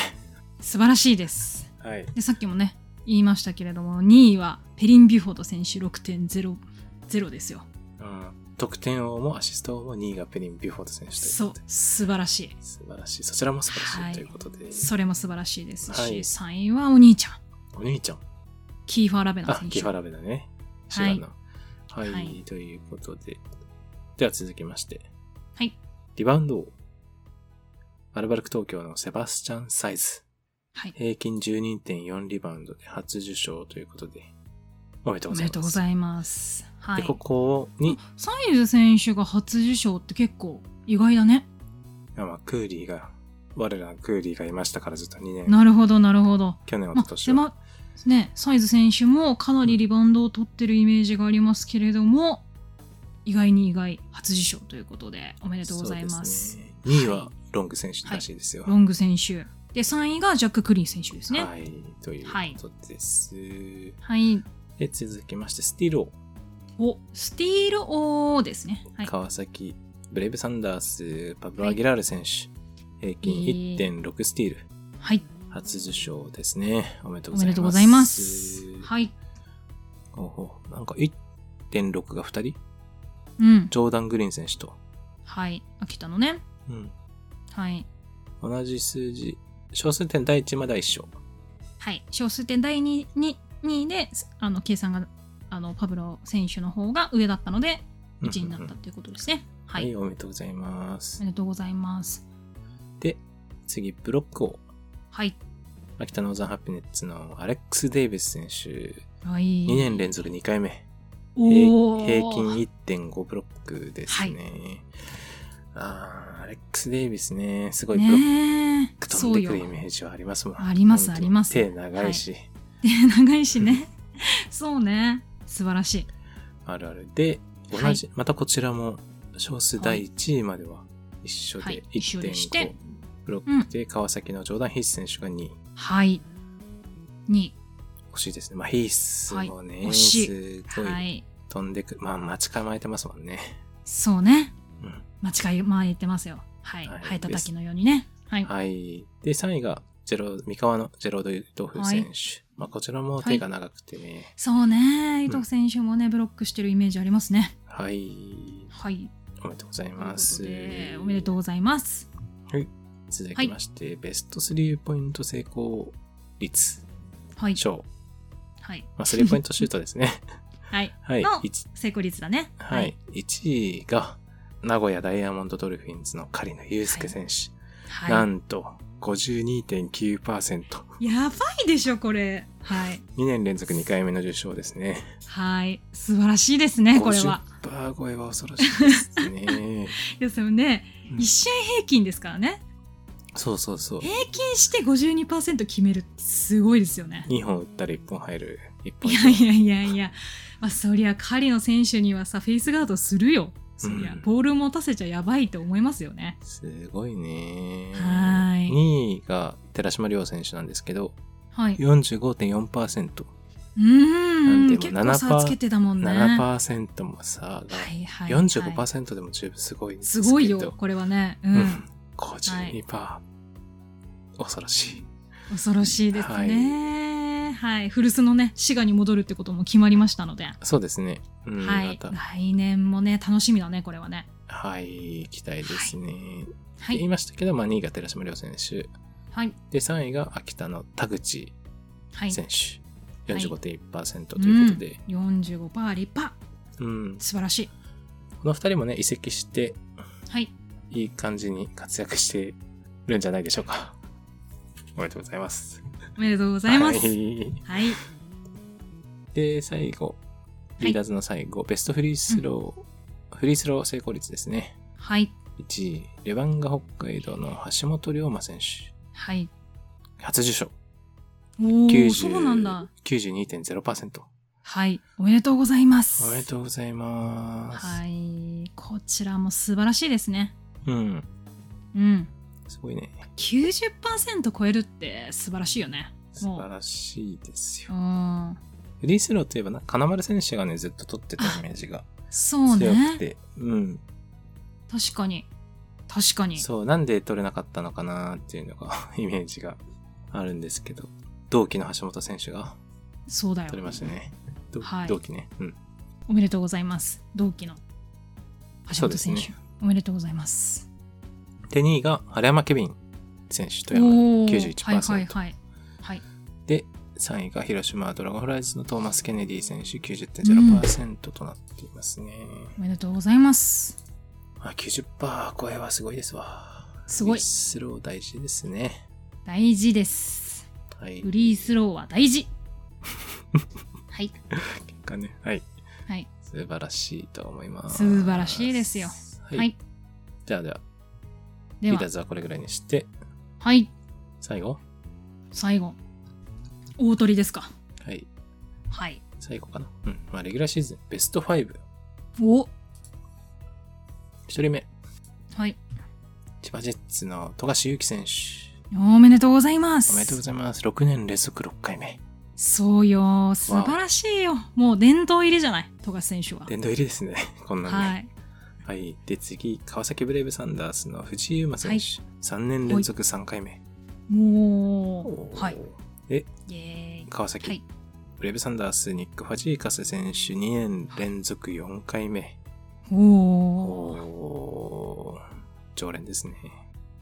素晴らしいです。はい。で、さっきもね、言いましたけれども、2位はペリン・ビュフォード選手6.00ですよ。うん、得点王もアシスト王も2位がペリン・ビュフォード選手というそこうとで。、素晴らしい。素晴らしい。そちらも素晴らはしいといいうことで、それも素晴らしいですし、はい3位はお兄ちゃん、お兄ちゃん、キーファー・ラベナあ選、手。キファラベだね。シはいワの。はい、はいということで。では続きまして、はい。リバウンド王。アルバルク東京のセバスチャン・サイズ。はい。平均12.4リバウンドで初受賞ということで、おめでとうおござめいます。でとうございます。はで、こい。こに、サイズ選手が初受賞って結構意外だね。あまあ、クーリーが、我らクーリーがいましたからずっと2年、なるほど、なるほど。去年、一ま昨あ、年セは。マね、サイズ選手もかなりリバウンドを取ってるイメージがありますけれども、意外に意外、初受賞ということで、おめでとうございます。そうでね2位はロング選手らしいですよ。ロング選手。で、3位がジャック・クリーン選手ですね。はい。はい、ということです。で、続きまして、スティール王、お、スティール王ですね。はい。川崎、ブレイブサンダース、パブロ・アギラール選手、平均えー1.6スティール、はい。初受賞ですね。おめでとうおございます。めでとうございます。はい。おほなんか1.6が2人ジうん。ョーダン・グリーン選手と。はい。秋田のね。うんはい。同じ数字。小数点第1までは一緒。はい。小数点第 2, に2位で、あの、計算が、あの、パブロ選手の方が上だったので、1位になっうんうんたうんということですね。は。はいい、おめでとうございまおすめ。でとうございます。で、次、ブロックを。はい。秋田ノーザンハピネッツのアレックス・デイビス選手。はい。 2年連続2回目。お平ー平均1.5ブロックですね。あーアレックス・デイビスね、すごいブロッねクえ。飛んそうでよくる。イメージはありますもん。あります本当にあります手長いし、 [LAUGHS] 長いしね。そうね。素晴らしい。あるある。で、同はいじ、またこちらも、少数第1位までは一緒はでい一緒でして1.5ブロックで、川崎のジョーダン・ヒース選手が2位。はい。2位。欲しいですね。まあ、ヒースもね、はい惜しいすごはいい。飛んでく、まあ、待ち構えてますもんね。そうね。うん間違いまあ言ってますよ。はい。はいハエたたきのようにね。はい。はい。で、3位が、ゼロ、三河のジェロド・ドフ選手。まあ、こちらも手が長くてね。そうね。伊藤選手もね、ブロックしてるイメージありますね。はい。はい。おめでとうございというこまとす。で、おめでとうございます。続きまして、ベスト3ポイント成功率、はい。賞。はい。まあ、3ポイントシュートですね。 [LAUGHS] はい。はい。の一成功率だね。はい。1位が、名古屋ダイヤモンドドルフィンズの狩野祐介選手。はい。なはんと、52.9%。い、やばいでしょ、これ。はい。 2年連続2回目の受賞ですね。はい。素晴らしいですね、これは。 50%超えは恐ろしいですね。ですよね。うん1試合平均ですからね。そうそうそう。平均して52%決めるってすごいですよね。 2本打ったら1本入る。1本以いや上。いやいやいや、まあ、そりゃ狩野選手にはさフェイスガードするよそりゃ、うんボール持たせちゃやばいと思いますよねすごいね。はーい2位が寺島亮選手なんですけど、はい45.4%。うーなんんてい結うの構7%差つけてたもんねは7%もさ、がいはい、はい、 45%でも十分すごいんですすけど。ごいよこれはねうん、うん。52%。恐ろしい。恐ろしいですねはい、古巣のね滋賀に戻るってことも決まりましたので、そうですね。うん、はいまた来年もね楽しみだねこれはねはい、期待ですね。っては言いいましたけど、まあ、2位が寺島亮選手。はいで、3位が秋田の田口はい選手。はい45.1%ということで。うん、45%立派うん。素晴らしいこの2人もね、移籍して、はいいい感じに活躍してるんじゃないでしょうか。 [LAUGHS] おめでとうございます。おめでとうございますはいはい、で、最後、いリーダーズの最後、ベストフリースロー、フリースロー成功率ですね。はい1位、レバンガ北海道の橋本龍馬選手。はい初受賞。おー、 90そうなんだ。 92.0%。はい。おめでとうございます。おめでとうございます。はい。こちらも素晴らしいですね。うん。うん。すごいね。 90%超えるって素晴らしいよね。素晴らしいですうよ。ん。フリースローといえばな、金丸選手がね、ずっと取ってたイメージがそう強くね。て。うん。確かに。確かに。そう、なんで取れなかったのかなっていうのが、 [LAUGHS] イメージがあるんですけど、同期の橋本選手がそうだよ取。りましたね。どはい同期ね。うん。おめでとうございます。同期のそ橋本選手、うですねおめでとうございます。で、2位が、原山ケビン選手、富山おお91%。はいはいはい。はい。で、3位が広島ドラゴンフライズのトーマス・ケネディ選手90.0%となっていますね。おめでとうございます。あ、90%超えはすごいですわ。すごいフリースロー大事ですね。大事です。はい。フリースローは [LAUGHS] 大事。はい。結果ね。はい。はい。素晴らしいと思います。素晴らしいですよ。はい。はい。じゃあでは、リでーはダー、ズはこれぐらいにして、はい。最後最後。大鳥ですか。はい。はい。最後かな。うん。まあ、レギュラーシーズン、ベスト5。お一人目、はい。千葉ジェッツの富樫勇樹選手。おめでとうございます。おめでとうございます。6年連続6回目。そうよ。素晴らしいよ。もう殿堂入りじゃない。富樫選手は。殿堂入りですね。 [LAUGHS] こんなんね。ははい。い。で、次、川崎ブレイブサンダースの藤井優馬選手。3年連続3回目。もう、はい。。で、イエーイ。川崎、はい。ブレイブサンダース、ニック・ファジーカス選手、2年連続4回目。おー。おー常連ですね。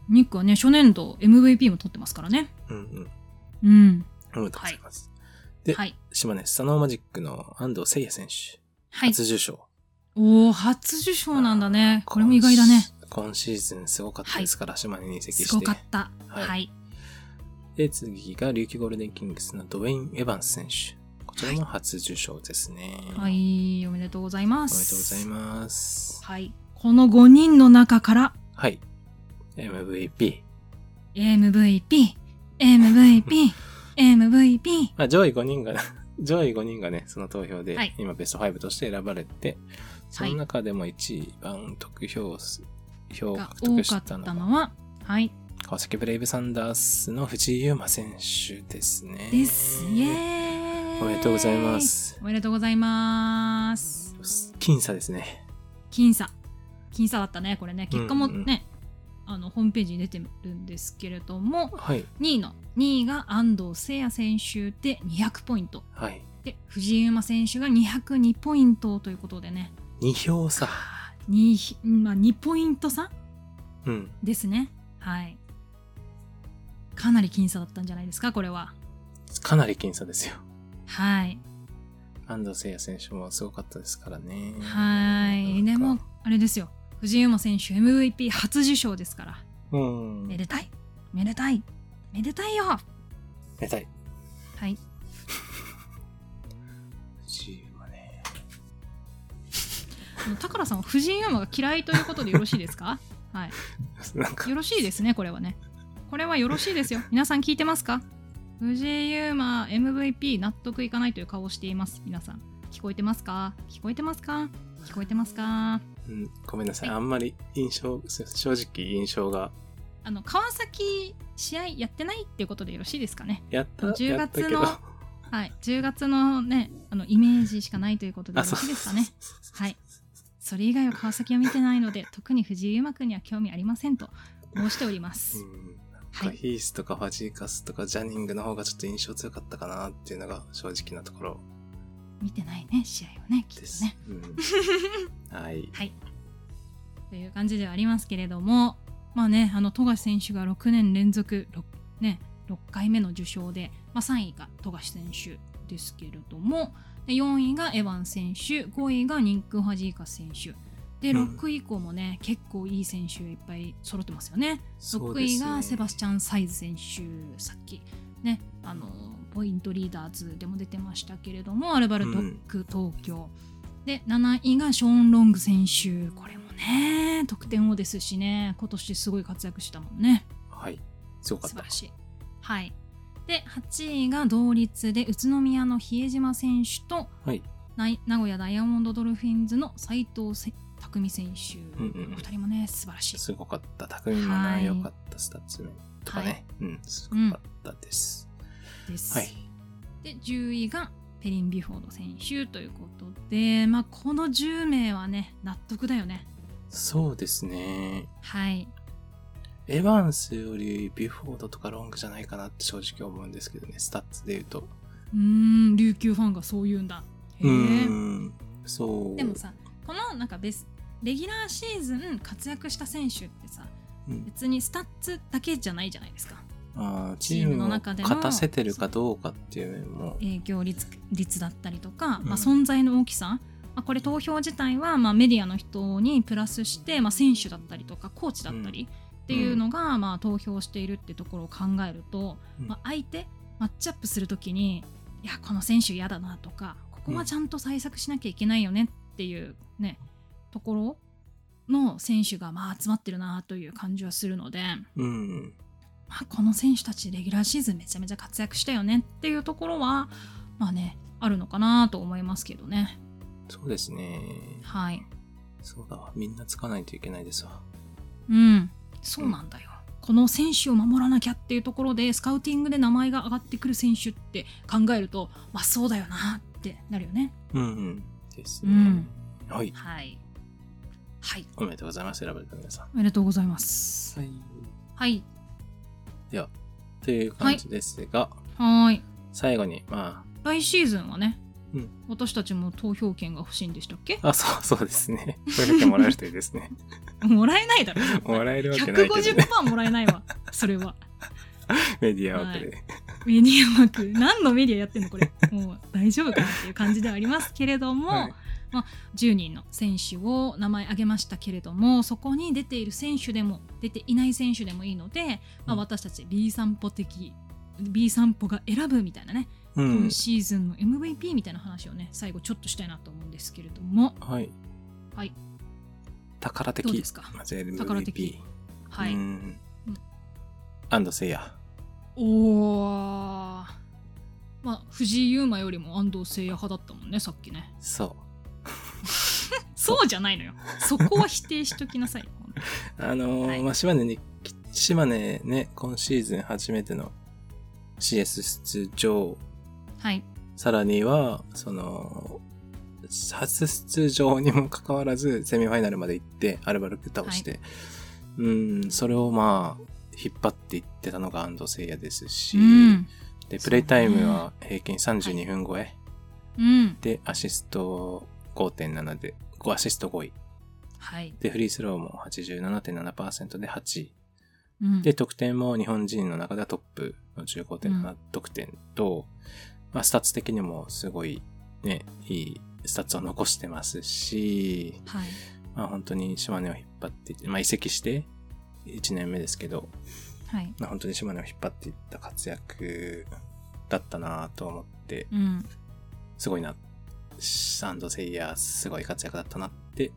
ニックはね、初年度 MVP も取ってますからね。うんうん。うん。おめでとうございます。ではい。島根スサノーマジックの安藤誠也選手、はい。初受賞。おー、初受賞なんだね。これも意外だね。今シーズンすごかったですから、島根に移籍して。すごかった。はいはい。で、次が琉球ゴールデンキングスのドウェイン・エヴァンス選手。こちらも初受賞ですね。はい。おめでとうございまおめでとうごす。ざいます。はい。この5人の中から、はい。MVP。 MVP、MVP、MVP。まあ、上位5人が、 [LAUGHS] 上位5人がね、その投票ではい、今ベスト5として選ばれて、その中でも1番得票数、票をが獲多得かしったたのが、のは、はい。川崎ブレイブサンダースの藤井優馬選手ですね。です。イエーイ。おめでとうございま。す。おめでとうございます。僅差ですね。僅差。僅差だったね、これね。結果もうんうんね、あの、ホームページに出てるんですけれども、はい。 2位の、2位が安藤聖也選手で200ポイント。はい。で、藤井優馬選手が202ポイントということでね。 2票差。 2、まあ、2ポイント差うん。ですね。はい。かなり僅差だったんじゃないですか、これは。かなり僅差ですよ。はい。安藤誠也選手もすごかったですからね。はい。なでんかも、、あれですよ。藤井優真選手 MVP 初受賞ですから。うん。めめでたい。めでたい。めでたいよ。でたい。はい。藤井優馬ね。 [LAUGHS] あの高良さんは藤井優真が嫌いということでよろしいですか [LAUGHS] はい。なんかよ、ろしいですね、これはね。これはよろしいですよ。皆さん聞いてますか藤井優真 MVP 納得いかないという顔をしています。皆さん。聞こえてますか聞こえてますか聞こえてますかうん、ごめんなさい。はいあんまり印象、す正直印象が、あの川崎試合やってないっていうことでよろしいですかね。やった、 10やったけ月ど。のはい、10月のねあのイメージしかないということでよあ、ろしいですかね。そうそうそうそうはい。それ以外は川崎は見てないので、特に藤井優真君には興味ありませんと申しております。うんなんはかいヒースとかファジーカスとかジャニングの方がちょっと印象強かったかなっていうのが正直なところ見てないね試合をねきっでとす。ね。 [LAUGHS] うんはい。という感じではありますけれども、まあねあの富樫選手が6年連続 6, ね6回目の受賞で、まあ、3位が富樫選手ですけれども、で4位がエヴァン選手、5位がニック・ハジーカス選手。でうん6位以降もね、結構いい選手いっぱい揃ってますよね。そう6で位すねがセバスチャン・サイズ選手、さっきね、あのポイントリーダーズでも出てましたけれども、アルバルトック東京、で7位がショーン・ロング選手、これもね、得点王ですしね、今年すごい活躍したもんね、はい。すごか素っ晴たら。しい。はい、で、8位が同率で宇都宮の比江島選手と、はいない名古屋ダイヤモンドドルフィンズの斉藤せ匠選手。うんうんうんお二人もね、素晴らしい。すごかった。匠もな、はい良かった。スタッツ面とかね。はうん、すごかったです。です。はいで、10位がペリン・ビュフォード選手ということで、まあ、この10名はね、納得だよね。そうですね。はい。エヴァンスよりビュフォードとかロングじゃないかなって正直思うんですけどね、スタッツで言うと。うーん、琉球ファンがそう言うんだ。へうえ。ん。そう。でもさ、このなんかベスレギュラーシーズン活躍した選手ってさ、うん、別にスタッツだけじゃないじゃないですか。あーチチーームムのを中勝でのたせてるかどうかっていう面も。影響率率だったりとか、うんまあ、存在の大きさ、まあ、これ投票自体はまあメディアの人にプラスして、まあ、選手だったりとかコーチだったりっていうのがまあ投票しているってところを考えると、うんまあ、相手マッチアップするときにいやこの選手嫌だなとかここはちゃんと対策しなきゃいけないよねっていうねところの選手がまあ集まってるなという感じはするので。うん。まあ、この選手たちレギュラーシーズンめちゃめちゃ活躍したよねっていうところはまあねあるのかなと思いますけどねそうですね。はいそうだわ。みんなつかないといけないですわ。うんそうなんだよ、この選手を守らなきゃっていうところでスカウティングで名前が上がってくる選手って考えるとまあそうだよなってなるよねうん、うん。ですね。うんはい。はいはいおめでとうございます。選ばれた皆さん。おめでとうございますはい。はいでは、という感じですが、はーい最後に、ま来シーズンはね、うん私たちも投票権が欲しいんでしたっけあ、あ、そう [LAUGHS] そうですね。声かけもらえるといいですね。 [LAUGHS] もらえな [LAUGHS] いだろ絶対もらえるわけないけどね。 150%もらえないわそれはメディア枠で。メディア枠何のメディアやってんのこれもう大丈夫かなっていう感じではありますけれども、はい10人の選手を名前挙げましたけれどもそこに出ている選手でも出ていない選手でもいいので、うまあ、ん私たち B 散歩的 B 散歩が選ぶみたいなね、う今ん。シーズンの MVP みたいな話をね最後ちょっとしたいなと思うんですけれどもはい。はい。宝的。どうですかまず MVP。宝的はい、うんうん。アンドセイヤ。おーまあ藤井優馬よりも安藤誠也派だったもんねさっきねそう。そうじゃないのよ。そこは否定しときなさい。あのーはいまあ、島根に、島根ね、今シーズン初めての CS 出場。はい。さらには、その、初出場にもかかわらず、セミファイナルまで行って、アルバルク倒して、うん、それをまあ、引っ張っていってたのが安藤聖也ですし、うん。で、そうねプレイタイムは平均32分超え、うん。で、アシスト5.7で、5アシスト5位。はい。で、フリースローも87.7%で8位。うんで、得点も日本人の中ではトップの15.7得点と、まあ、スタッツ的にもすごいね、いいスタッツを残してますし、はい。まあ本当に島根を引っ張っていって、まあ移籍して1年目ですけど、はい。まあ本当に島根を引っ張っていった活躍だったなと思って、うん。すごいな、サンドセイヤーすごい活躍だったなって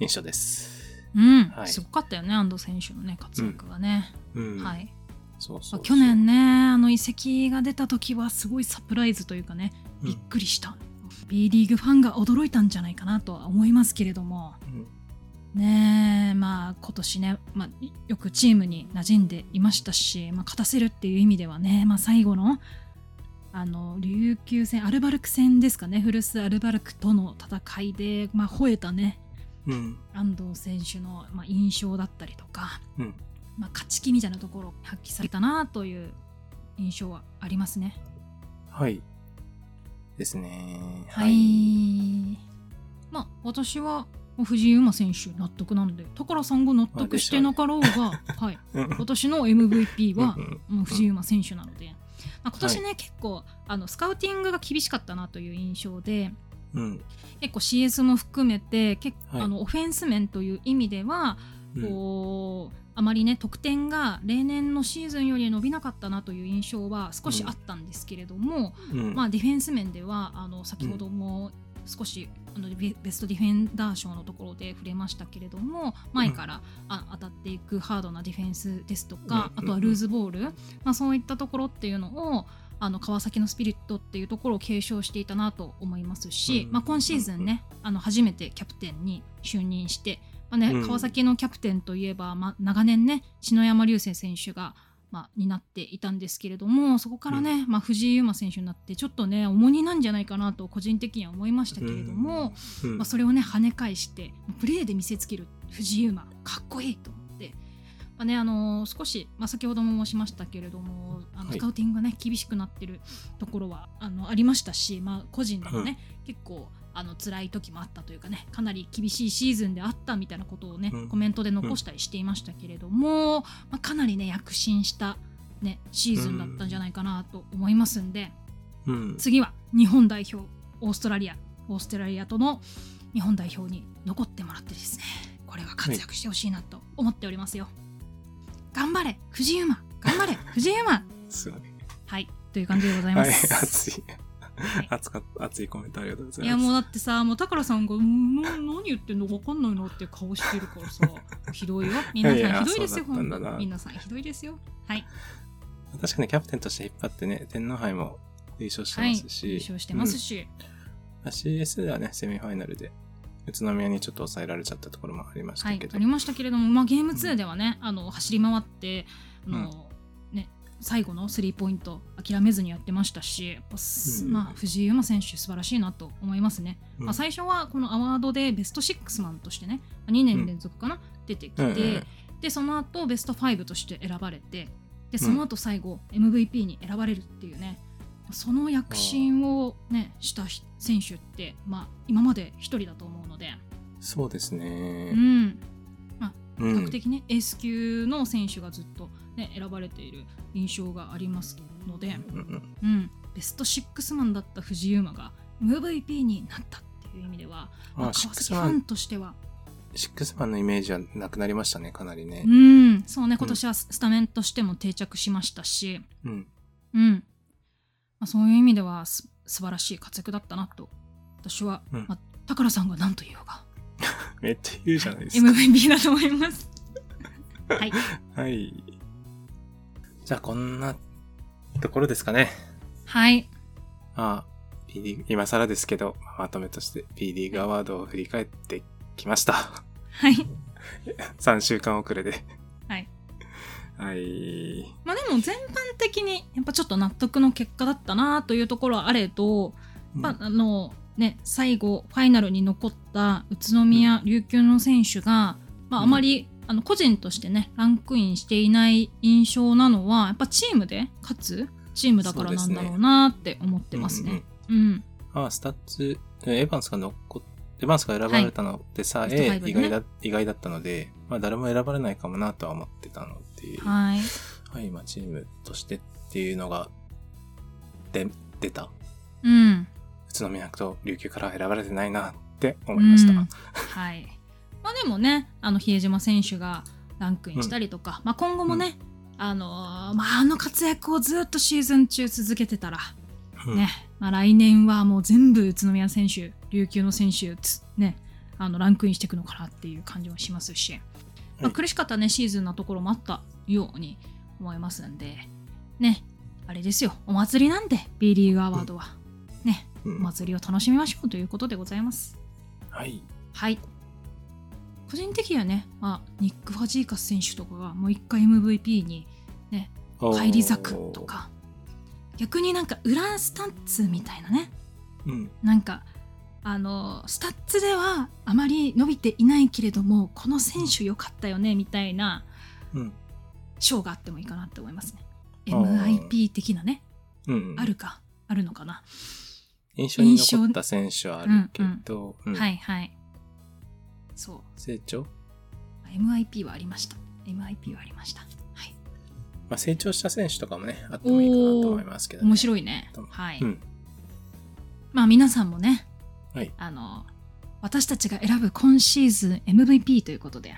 印象です。うん。はいすごかったよね、安藤選手のね、活躍がね。うん。は。い。そうそうそまあう去年ね、あの移籍が出た時はすごいサプライズというかね、うんびっくりした。B リーグファンが驚いたんじゃないかなとは思いますけれども。うんねえまあ今年ね、まあ、よくチームに馴染んでいましたし、まあ、勝たせるっていう意味ではね、まあ、最後のあの琉球戦アルバルク戦ですかね古巣アルバルクとの戦いで、まあ、吠えたねうん。安藤選手の、まあ、印象だったりとか、うん。まあ、勝ち気みたいなところを発揮されたなという印象はありますね。はい。ですね。はい、。まあ私は藤井優馬選手納得なので宝さんが納得してなかろうが、はいうん私の MVP はうんうんもう藤井馬選手なので、まあ、今年ね、結構あのスカウティングが厳しかったなという印象でうん。結構 CS も含めて結構、はいあのオフェンス面という意味では、うんこうあまりね得点が例年のシーズンより伸びなかったなという印象は少しあったんですけれども、うんまあ、ディフェンス面ではあの先ほども少しあのベベストディフェンダー賞のところで触れましたけれども前から、あ当たっていくハードなディフェンスですとか、うんあとはルーズボール、まあ、そういったところっていうのをあの川崎のスピリットっていうところを継承していたなと思いますし、うんまあ、今シーズンね、あの初めてキャプテンに就任して、まあねうん川崎のキャプテンといえば、まあ、長年ね篠山竜星選手が、まあ、担っていたんですけれどもそこからね、まあ、藤井優真選手になってちょっとね重荷なんじゃないかなと個人的には思いましたけれども、うんまあ、それをね跳ね返してプレーで見せつける藤井優真かっこいいと思って、まあねあのー少し、まあ、先ほども申しましたけれどもあのはいスカウティングがね、厳しくなってるところはあのありましたし、まあ、個人でもね、結構あの辛い時もあったというかねかなり厳しいシーズンであったみたいなことをね、うんコメントで残したりしていましたけれども、まあ、かなりね躍進した、ね、シーズンだったんじゃないかなと思いますんで。うん次は日本代表オーストラリアオーストラリアとの日本代表に残ってもらってですねこれは活躍してほしいなと思っておりますよ、頑張れ藤井馬頑 [LAUGHS] 張れ藤井馬すごい。はいという感じでございはまい、 [LAUGHS] す、熱いい。熱かった、熱いコメントありがとうございいやます。もうだってさもう宝さんが「うんもう何言ってんの分かんないな」って顔してるからさひどいよ皆いやいさやんひどいですよそうだったんだほなんと皆さんひどいですよはい確かにキャプテンとして引っ張ってね、天皇杯も優勝してはいますし、優勝してますし、うん CS ではね、セミファイナルで、宇都宮にちょっと抑えられちゃったところもありましはたいけ、ど、ありましたけれども、まあ、ゲーム2ではね、あの走り回ってあの、ね、最後のスリーポイント諦めずにやってましたしやっぱすうんまあ、藤井優真選手素晴らしいなと思いますね、うんまあ、最初はこのアワードでベスト6マンとしてね2年連続かな、出てきて、うんうんでその後ベスト5として選ばれてでその後最後 MVP に選ばれるっていうねその躍進を、ね、したひ選手って、まあ、今まで一人だと思うので、そうですうね。ん、う比ん較的ね、エース級の選手がずっと、ね、選ばれている印象がありますので、うんうんうん、ベスト6マンだった藤井優馬が MVP になったっていう意味では、まあまあ、シッ川クス崎フマァンン、としては、シックスマンのイメージはなくなりましたね、かなりねう。ん、そうね、今年はススタメンとしても定着しましたし、うん。うんまあ、そういう意味ではす素晴らしい活躍だったなと、私は、うんまあ、宝さんが何と言おうが、めっちゃ言うじゃないですか。 MVP だと思います。はい、はい。じゃあ、こんなところですかね。はい、まあ、P リーグ今更ですけど、まとめとして P リーグアワードを振り返ってきました。 [LAUGHS] はい、 3週間遅れで。はい。はい。まあでも全般的にやっぱちょっと納得の結果だったなというところはあれど、まああのね、最後ファイナルに残った宇都宮、琉球の選手が、まあ、うんあまり、あの個人としてねランクインしていない印象なのはやっぱチームで勝つチームだからなんだろうなって思ってますうんうねん。うんまあ、スタッツ、えエヴァンスが残っエヴァンスが選ばれたのでさベストファえイ、ブ意でね外だ、意外だったので、まあ誰も選ばれないかもなとは思ってたので、ははいい、まあチームとしてっていうのが、で、出た。うん宇都宮と琉球から選ばれてないなって思いました。うんはい。まあでもね、あの比江島選手がランクインしたりとか、まあ今後もね、あのーまああの活躍をずっとシーズン中続けてたら、うんね、まあ来年はもう全部宇都宮選手、琉球の選手つね、あのランクインしていくのかなっていう感じもしますし、まはあ、い苦しかったねシーズンのところもあったように思いますんで、ね、あれですよ、お祭りなんで B リーグアワードは、ね、うおん祭りを楽しみましょうということでございます。はい。はい。個人的にはね、まあ、ニック・ファジーカス選手とかがもう一回 MVP に返り咲くとか逆になんかウランスタッツみたいなねおー。うん。なんかあのスタッツではあまり伸びていないけれどもこの選手良かったよねみたいなうん。賞があってもいいかなって思いますね。あー MIP 的なねうん。あるかあるのかな、印象に残った選手はあるけど、うんはいはいそう成長 MIP はありました MIP はありましたはいまあ、成長した選手とかもね、あってもいいかなと思いますけど、ね。面白いねと。はい。うん。まあ皆さんもね、はいあの私たちが選ぶ今シーズン MVP ということで、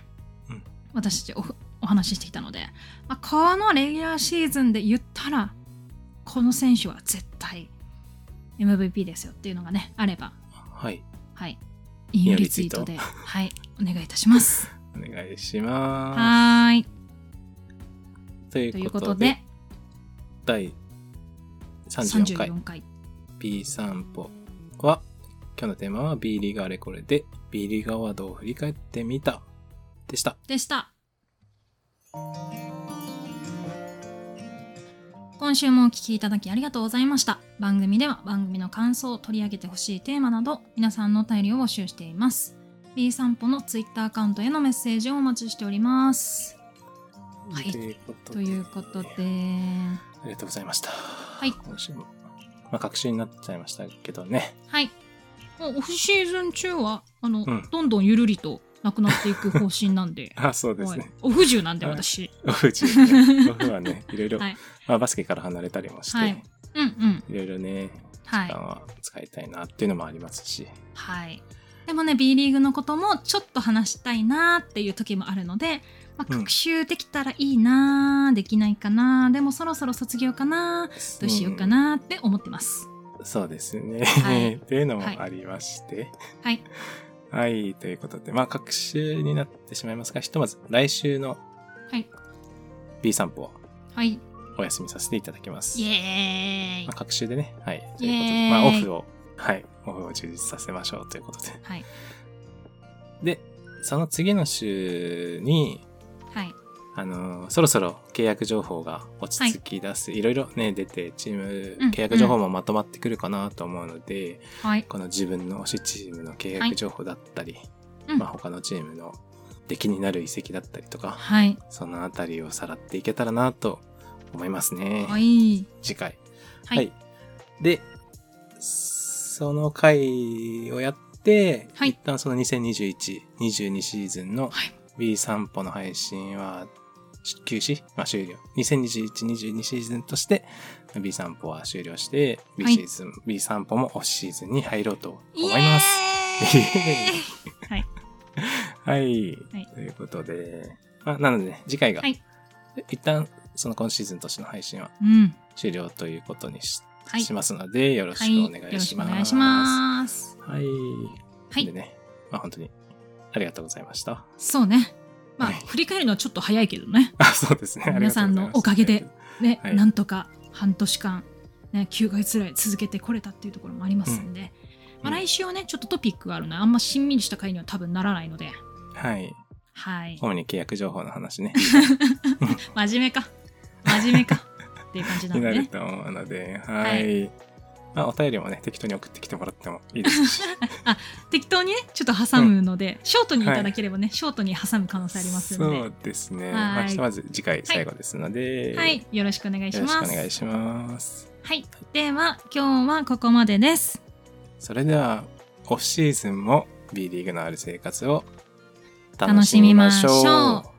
うん私たちおお話ししてきたので、まあ、このレギュラーシーズンで言ったらこの選手は絶対 MVP ですよっていうのがねあればはい。はい。引用リツイートで、はい、お願いいたします。お願いしまはーい。す。といとういうここととで、で、第34回34回。 B 散歩は、今日のテーマは B リーガーレコレで B リーガーワードを振り返ってみたでした。でした。今週もお聞きいただきありがとうございました。番組では番組の感想を取り上げてほしいテーマなど、皆さんのお便りを募集しています。B 散歩の Twitter アカウントへのメッセージをお待ちしております。はいということで。ということで、ありがとうございました。はい今週も。まあ、確信になっちゃいましたけどね。はい。もうオフシーズン中は、あの、うん、どんどんゆるりとなくなっていく方針なんであ、 [LAUGHS] そうですはねい。オフ中なんではい私。オフ中 [LAUGHS] ね。オフはね、いろいろ、はいまあ、バスケから離れたりもして、はいい、うんうん。ろいろね、は時間。いは使いたいなっていうのもありますし。はい。でもね、B リーグのこともちょっと話したいなーっていう時もあるので、まあ、うん学習できたらいいなー、できないかなー、でもそろそろ卒業かなー、どうしようかなーって思ってます。うん。そうですね。は [LAUGHS] いっていうのもありまして。はい。はい、ということで、まあ、各週になってしまいますが、ひとまず来週のはい。 B 散歩ははい。お休みさせていただきます。イまエーイあ、。各週でね、はい。とイいうエことーイで、まあ、オフを、はい、オフを充実させましょうということで。はい。で、その次の週に、はい。あのーそろそろ契約情報が落ち着き出す、い、ろいろね、出て、チーうム、ん契約情報もまとまってくるかなと思うので、はい。この自分の推しチームの契約情報だったり、うんまあ、他のチームの出来になる遺跡だったりとか、はい。そのあたりをさらっていけたらなと思いますね。はい。次回。はい。はい。で、その回をやって、はい一旦その2021、22シーズンの B 散歩の配信は休止まあ終了。2021、22シーズンとして B 散歩は終了して、B はいシーズン、B 散歩もオフシーズンに入ろうとイエー思い [LAUGHS] ます。イはい。はい。はいということで、まあ、なので、ね、次回が、はい一旦その今シーズンとしての配信はうん。終了ということにし,、はい。ますので、よろはしくい。お願いします。よろしくお願いします。はい。はいでね、まあ本当にありがとうございま [LAUGHS] した。そうね。まあ、はい振り返るのはちょっと早いけどね。あ、そうですね。皆さんのおかげでね、はいなんとか半年間、ね、9ヶ月ぐらい続けてこれたっていうところもありますんで、まうんあ、来週はねちょっとトピックがあるのであんましんみりした回には多分ならないのではい。はい主に契約情報の話 [LAUGHS] ね、真面目か真面目かっていう感じなにの [LAUGHS] なでるねと思うので、はい。まあお便りもね、適当に送ってきてもらってもいいです [LAUGHS] し。適当にねちょっと挟むので、ショートにいただければね、ショートに挟む可能性ありますのそで、うですね。はいまあひとまず次回最後ですので、はいよろしくお願いしよろしまくおす願いします。はいでは今日はここまでですそれでは、オフシーズンも B リーグのある生活を楽しみましょう